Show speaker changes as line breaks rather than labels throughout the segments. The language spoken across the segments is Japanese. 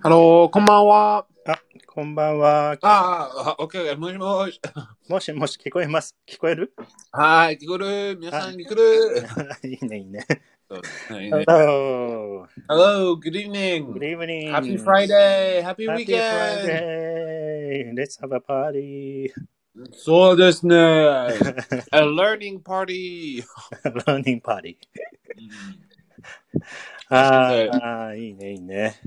ハロー、こんばんは。
あ、こんばんは。
ああ、OK、もしもし。
もしもし聞こえます聞こえる
はーい、聞こえる皆さん聞こえる
いいね、いいね。
そうですねいいね
Hello.
Hello, good
Good
evening.
evening.
Happy Friday, Happy
Happy
Weekend.
Friday. Let's have a party.
そうですね。A learning party.
Learning party.
うん
ああ、いいね、いいね。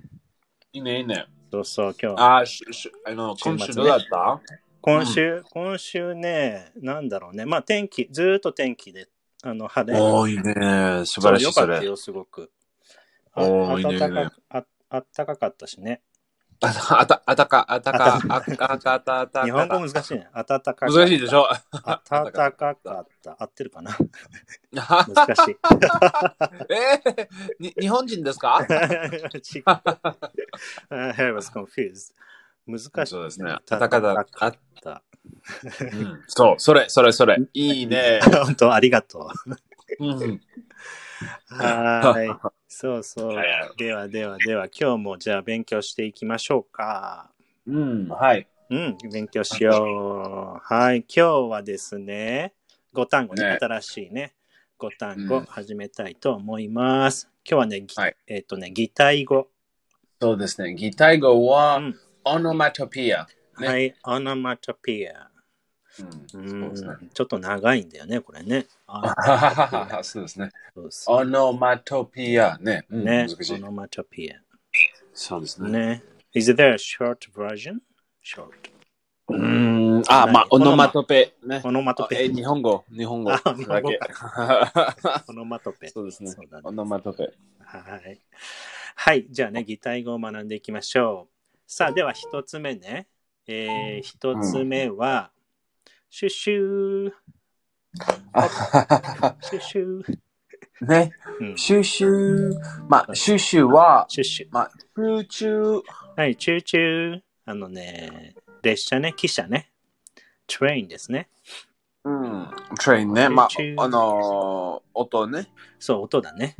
いいね、いいね。
そうそう、今日。
ああ、ししあの、
週末
今
ね
週どうだった
今週、今週ね、なんだろうね。まあ、天気、ずーっと天気で、あの、晴れ。
おー、いいね。素晴らしい、そ
そうよかった
れ。
よ、すごく。あ
おーいいね
暖かくあ暖かかったしね。
あた、あた、あたか、あたか、あた、あた、あた、あた。
日本語難しいね。暖かかった。
難しいでしょ
暖かかった。合ってるかな
え
難しい。
ー、に日本人ですか
違う I was confused. 難しい。
そうですね。
暖
暖かだ
かかっ
うん、そう、それ、それ、それ。いいね。
た。本当、ありがと
うん、
う。はい。そうそう
はいは。
ではではでは、今日もじゃあ勉強していきましょうか。
うん、はい。
うん、勉強しよう。はい。今日はですね、5単語ね、
ね
新しいね、5単
う
語
ん
始めたいと思います。今日はね、ぎ
はい
えっ、とね、擬態語。
そうですね。擬態語は、
うん
オノマトピア。ね
はい、オノマトピア。
うん、
う
そうですね。
ん、ちょっと長いんだよね、これね。あ
そうですね。
そうそう
オノマトピア。ね。うん
ね、
難し
オ
い。
ノマトピ
そうです
ア。
ね。
ね。Is there a short version? Short.
うん、あ、まあ、オノマトペ。ね。
オノマト
え、
ペ。
日本語。日本語。
あ日 本語
か。
オノマトペ。
そうですね
そうだ。ね
オノマトペ。
はい。はい、じゃあね、擬態語を学んでいきましょう。さあ、では一つ目ね。えー、一つ目は、シュシュー、
あ
シュシュー。
ね。
うん、シ
シューシュー。まあ、シューシューは、
ュシュ。
まあ、空中。
はい、チューチュー。あのね、列車ね、汽車ね。トレインですね。
うん、トレインね。ま
Choo-choo
あ、あのー、音ね。
そう、音だね。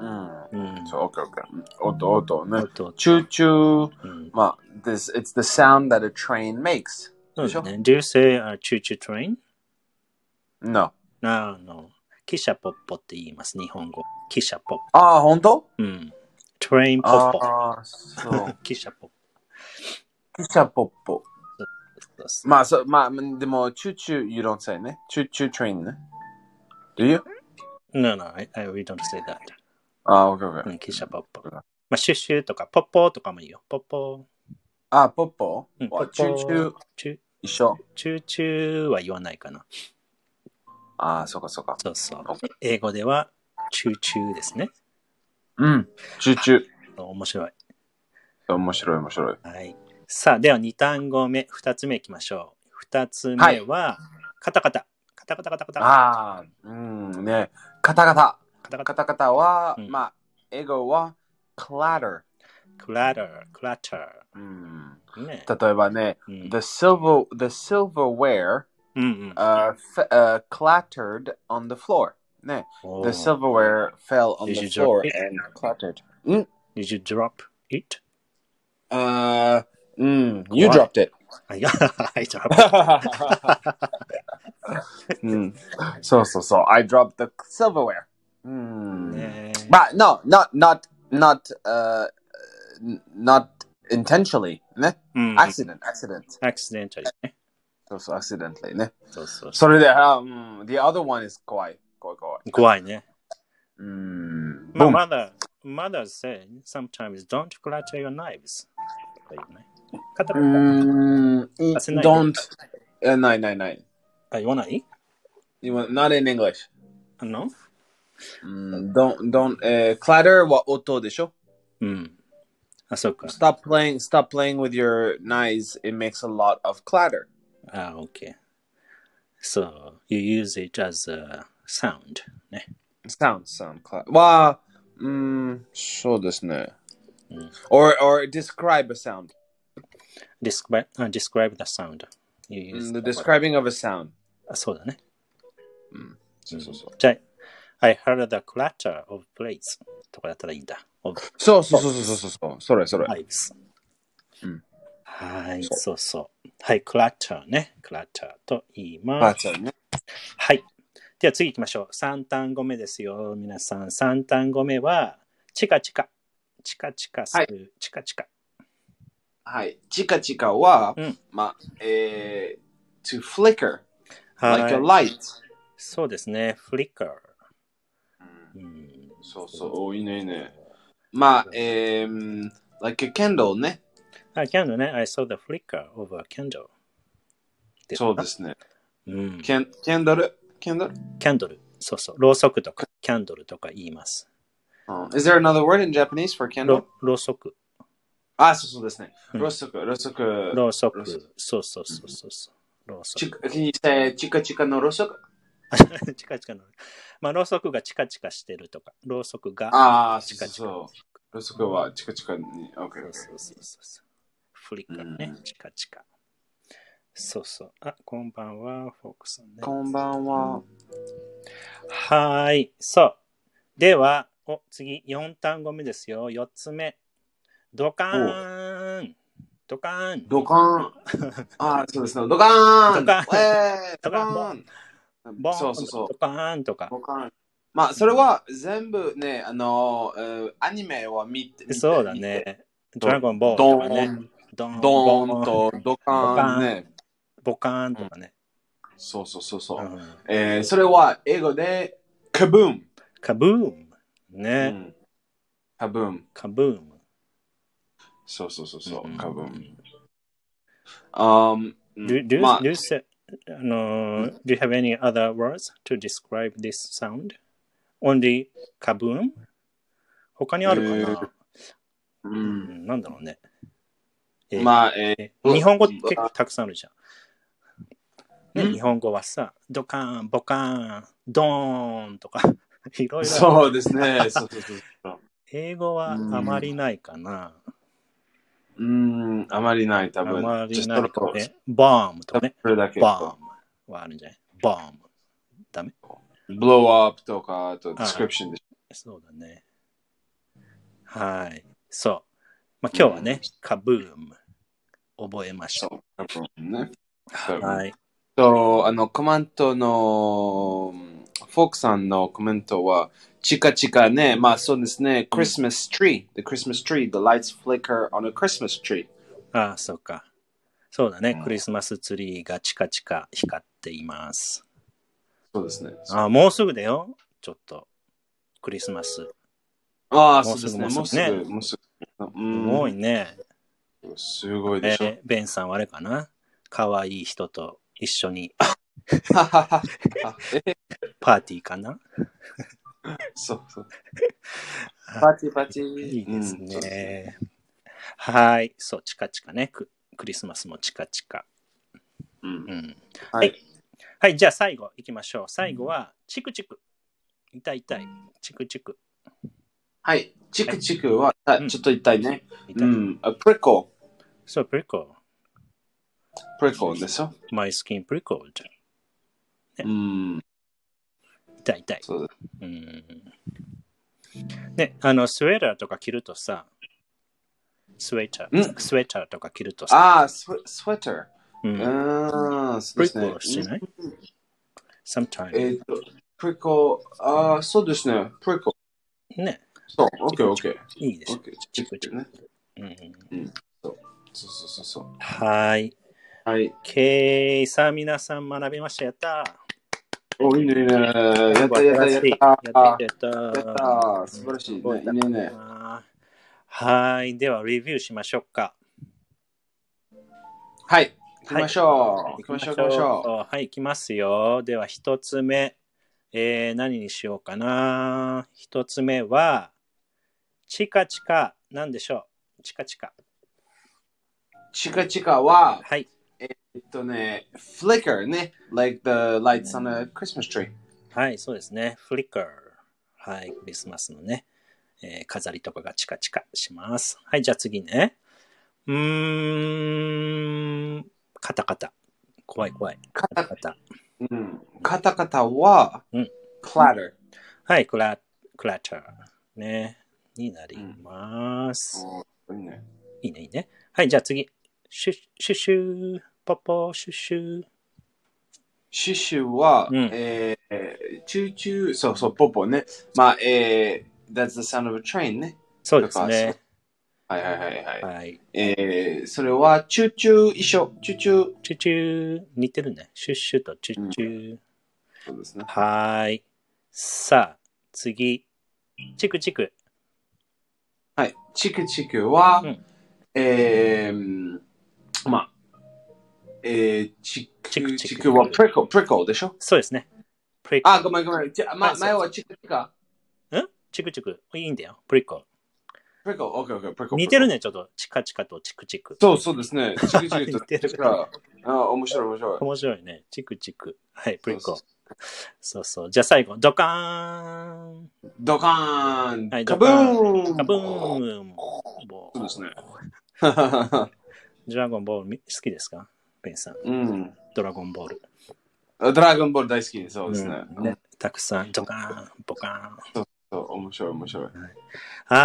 うん。
うん。
そう、オッケーオッケー。音、音ね。
音、音。
チューチュー。
うん
まあ、this, it's the sound that a train makes.
そ
で
うで
しょ
すね。Do you say a choo choo train?
No.
あの、汽車ポッポって言います、日本語。汽車ポッ
ああ、本当
ポ。うん。train ポッポ。
ああ、そう。
汽車ポッポ
ピシャポッポ。
です。
まあ、そう、まあ、でも、チューチュー、you don't say ね。チューチュートレインね。Do you?
No, no, I, I, we don't say that.
ああ、オッケーオッケ
う
ー。
ん、汽車ポッポ。まあ、シュッシュとか、ポッポとかもいいよ。ポッポ。
ああ、ポッポ
うん、ポ
あ
ッポ。
チューチュー、
チュ
一緒。
チュチュは言わないかな。
ああ、そうかそうか。
そうそう
オッケ。
英語では、チュチュですね。
うん。チューチュ
面白い。
ー。面白い、面白い。
はい。さあ、では2単語目、2つ目いきましょう。2つ目は、カタカタ。カタカタカタカタ。
ああ、うんね。カタカタ。
カタカタ
カ。タカタは、
うん
まあ、英語は、clatter。
クラター、クラタ
うん、
ー。ね。
例えばね、
うん
the silver, the silverware、
うんうん。
uh, f- uh, clattered on the floor. ね。
お
The
ー
silverware fell on
Did
the
you
floor
drop it?
and clattered.
Did you drop it?
Uh, mm, you
怖い
dropped it.
あいや、I dropped it. Hmm.
うん、そうそうそう。I dropped the silverware. うん。
ね
But no, not not not uh n- not intentionally ね。
うん。
accident accident
アクシデンタリーね。
そうそう accidentally ね。
そうそうそ。
それで、あうん、the other one is 怖い怖い怖いう
怖いね。
うーん。
まあ、
Mm, Boom
mother, mother said sometimes don't clutter your knives. というねカ
う
タカタ
ーん。い
あせない
Mm, don't uh, えないないない。
あ、言わない
You want- not in English.
あの
うん。don't don't えー clatter は音でしょ。
うん。あ、そうか。
Stop playing stop playing with your knives. It makes a lot of clatter.
あ、OK。So, you use it as a sound. ね。
Sound sound mm, clatter はうーんそうですね
うん
or or describe a sound.
Describe, あ describe the sound. You
うん
use
Mm, the
the word.
describing of a sound.
あそうだね。
うん。そうそうそう。
じゃあ、I heard the clatter of plates とかだったらいいんだ。 of
そうそうそうそうそうそう。それそれ。
lives
うん。
はい、
そう
そうそう。はい、クラッターね。クラッターと言います。
パーツね。
はい。では次行きましょう。3単語目ですよ、皆さん。3単語目は、チカチカ。チカチカする。チカチカ。
はい。チカチカは、
うん
まあ、えー、to flicker,
はい。
like a light.
そうですね、フリッカー。
うん
うん、
そうそう、おいいねいいね。まあ、えー、like a candle ね。
あ、キャンドルね。I saw the flicker of a candle.。
そうですすね。
うん、キ
キャン、キャンドル、キャンドル。
ャンドル。そうそう。ろうそくとか、キャンドルとか言います。
うん Is there another word in Japanese for candle?
ろろうそく。
あ、そうそうですね。
うん
ろうそく、ろうそく。
ろうそく
ろうそく。
そうそうそうそうそう。ろうそ
チ
く。
カ、can you say チカチカのろうそく
チ カチカの。まあ、ろうそくがチカチカしてるとか、ろうそくが。
ああ、
チ
そ
カ
う
チカ
そう。ろうそくはチカチカに。OK,
そう
OK.
そうそうそう。フリッカーね
う。ん
チカチカ。そうそう。あ、こんばんは、フォークさんね。
こんばんは。
はーい。そう。では、お、次、4単語目ですよ。4つ目。ドカーンドカーン
ドカー ン。あーそうですね。ドカーン
ドカーン
えー、ド
ドカ
カ
ー
ー
ボー
ン
ン
そうそうそう
ド。カーンとか。
ドカーン。まあ、それは全部ね、あの、えーアニメを見て。見て
そうだ。ね。ドラゴンボールとかね。ド
ドーン
ーン、ボーン、
とドカーンね。
ボカーンとかね。
そうそうそうそうう。
ん
えー、それは英語で、カブーン。
カブーム。
う
ね。
んカブーン。
カブーム。
そうそうそうそうう。
ん
カブーン。あー
Do,
うん
do,
まあ
do, you say- no, do you have any other words to describe this sound? Only kaboom? 他にあるかな、
えーう
うんん、なんだろうね。えー
まあ、えー
え
うん
日本語って結構たくさんあるじゃん。
うん
ね、日本語はさ、ドカーン、ボカーン、ドーンとか、 いろいろある。
そうです ね。そうそうそうそう。
英語はあまりないかな。
うーん、あまりない、多
あ
分。
まりないか
ちょっ
ね。ボームと
と
かね。
それだけ。
ボームはあるんじゃないボーム。ダメ
ブローアップとか、あと、ディスクリプションでし
そうだね。はい。そう。まあ、今日は
うん
ね、カブーム。覚えまし
ょ。多分ね。
た。はい。
と、あの、コメントの、フォークさんのコメントは、チカチカね、まあそうですね、Christmas tree, the Christmas tree, the lights flicker on a Christmas tree.
ああ、そうか。そうだね、
うん
クリスマスツリーがチカチカ光っています。
そうですね。
ああ、もうすぐだよ。ちょっと。クリスマス。
ああ、
も
そうう
す
で
ぐ
すね、
も
も
う
う
す
す
ぐね
ぐ、もうすぐ。
す
うん
ごいね。
すごい
え
でしょ。
ーベンさんはあれかな可愛い人と一緒に
ははははえ
パーティーかな
そう そう。パチパチ。
いいです
うんそうですね
ね。はい。そう、チカチカね。ククリスマスもチカチカ。
うん
うん。。
はい
はい、じゃあ最後行きましょう。最後は、チクチク。痛い痛い。チクチク。
はい。チクチクは、あ
うん
ちょっと痛いね。
痛
う
い。
ん。あプリコ、
そう、プリコ。
プリコでしょ。
My skin prickled.
うん。
痛い痛い。
そう
うん。ね、あの、スウェーターとか着るとさ、スウェータ
うん
ー、スウェーターとか着るとさ、
ああ、スウェスウェッター。
うん、
ああ、そう
プ
で
リ
す
コ
ね。
しない ?sometime.
えっと、プリコ、ああ、そうですね。プリコ。
ね、
そう、オッケーオッケー。
いいでし
オ
ょ
ッ。ケー。チクチクね。
うん、
そうそうそうそ
はい。
う。はい。
OK。さあ、皆さん学びました。やった
お、いいね、いいね。やったやった
新
やっ
しい
た。
やった
や
やった
った。素晴らしいね。いいねいいね。
はい。では、レビューしましょうか。
はい。行きましょう。行きましょう、行きましょう。
う。はい、行きますよ。では、一つ目。えー、何にしようかな。一つ目は、チカチカ。なんでしょう。チカチカ。
チカチカは、
はい。
えっとね、flicker ね。like the lights on a Christmas tree.
はい、そうですね。フリッカー。はい、クリスマスのね、えー飾りとかがチカチカします。はい、じゃあ次ね。うーん、カタカタ。怖い怖い。
カ
カ
タ
タカタ。
うん、カタカタは、
うん
clatter。
はい、クラ、クラッター。ね。になります。
いいね。
いいね、いいね。はい、じゃあ次。シュッシュッシュー、ポポ、シュッシュー。
シュシュは、
うん
えー、チューチュー、そうそう、ポポね。まあ、えー、That's the sound of a train ね。
そうですね。
はいはいはいはい。
はい。
えー、それは、チューチュー一緒。チューチュー。
チュチュー、似てるね。シュッシュとチュチュー。
そうですね。
はーい。さあ、次。チクチク。
はい。チクチクは、
うん
えー、まあ、えー、チクチ
チ
ク
クチク
は、プリコ、プリコでしょ
そうですね。プリコ。
あ、ごめんごめん。じゃあま
はいそう
前はチクチクか。
んチクチク。いいんだよ。プリコ。
プリコ、オッケーオッケー、プリコ。
似てる
ね。
ね、ちょっと。チカチカとチクチク。
そうそうですね。チクチクと。
似てる
あ、面白い面白い。
面白いね。チクチク。はい、プリ
そう
コ。そうそう。じゃあ最後、ドカーン。
ドカーン、
はい
カブーン
カブーン。ボ
そう
ー
ですね。
ドラゴンボールみ好きですかベンさん。
うん。
ドラゴンボール。
ドラゴンボール大好きそうですね。
うんねたくさん、ドカーン、ボカ
そう面白い面白い。
ーン。は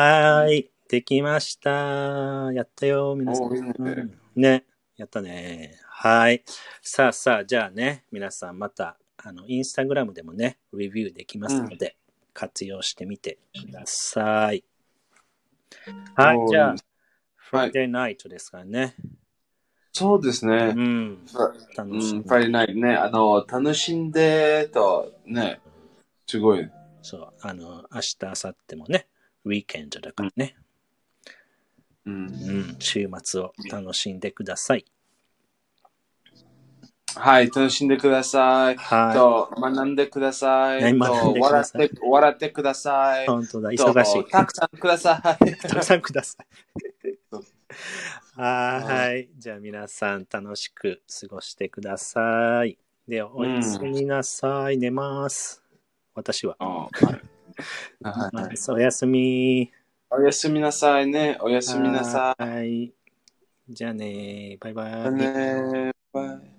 ーい。できました。やったよ、皆さん
おーいいね。
うんね。やったね。はい。さあさあ、じゃあね、皆さんまた、あの、インスタグラムでもね、レビューできますので、活用してみてください。はい
おー、
じゃ
い
あ
い、
フライデーナイトですからね。
そうですね
う。ん。
う
楽し
ん、
み
フ。ライデーナイトね、あの、楽しんでと、ね、すごい。
そう、あの、明日、明後日もね、ウィーケンドだからね、
うん、
うん、週末を楽しんでください。
はい、楽しんでください。
は
と、学んでくださ
ね
い。
学
と、
んでくだ
笑
さ
って、笑ってくださ
い。
い。
本当だ、
と
忙しい。
たくさんください。
たくさんください
そう。
はー。
はい
じゃあ皆さん楽しく過ごしてください。では、おやすみなさい。寝ます。私は。
うんはいはいはい
おやすみ。
おやすみなさいね。おやすみなさい。
はーい。じゃあねバイバイ。
Bye. Bye.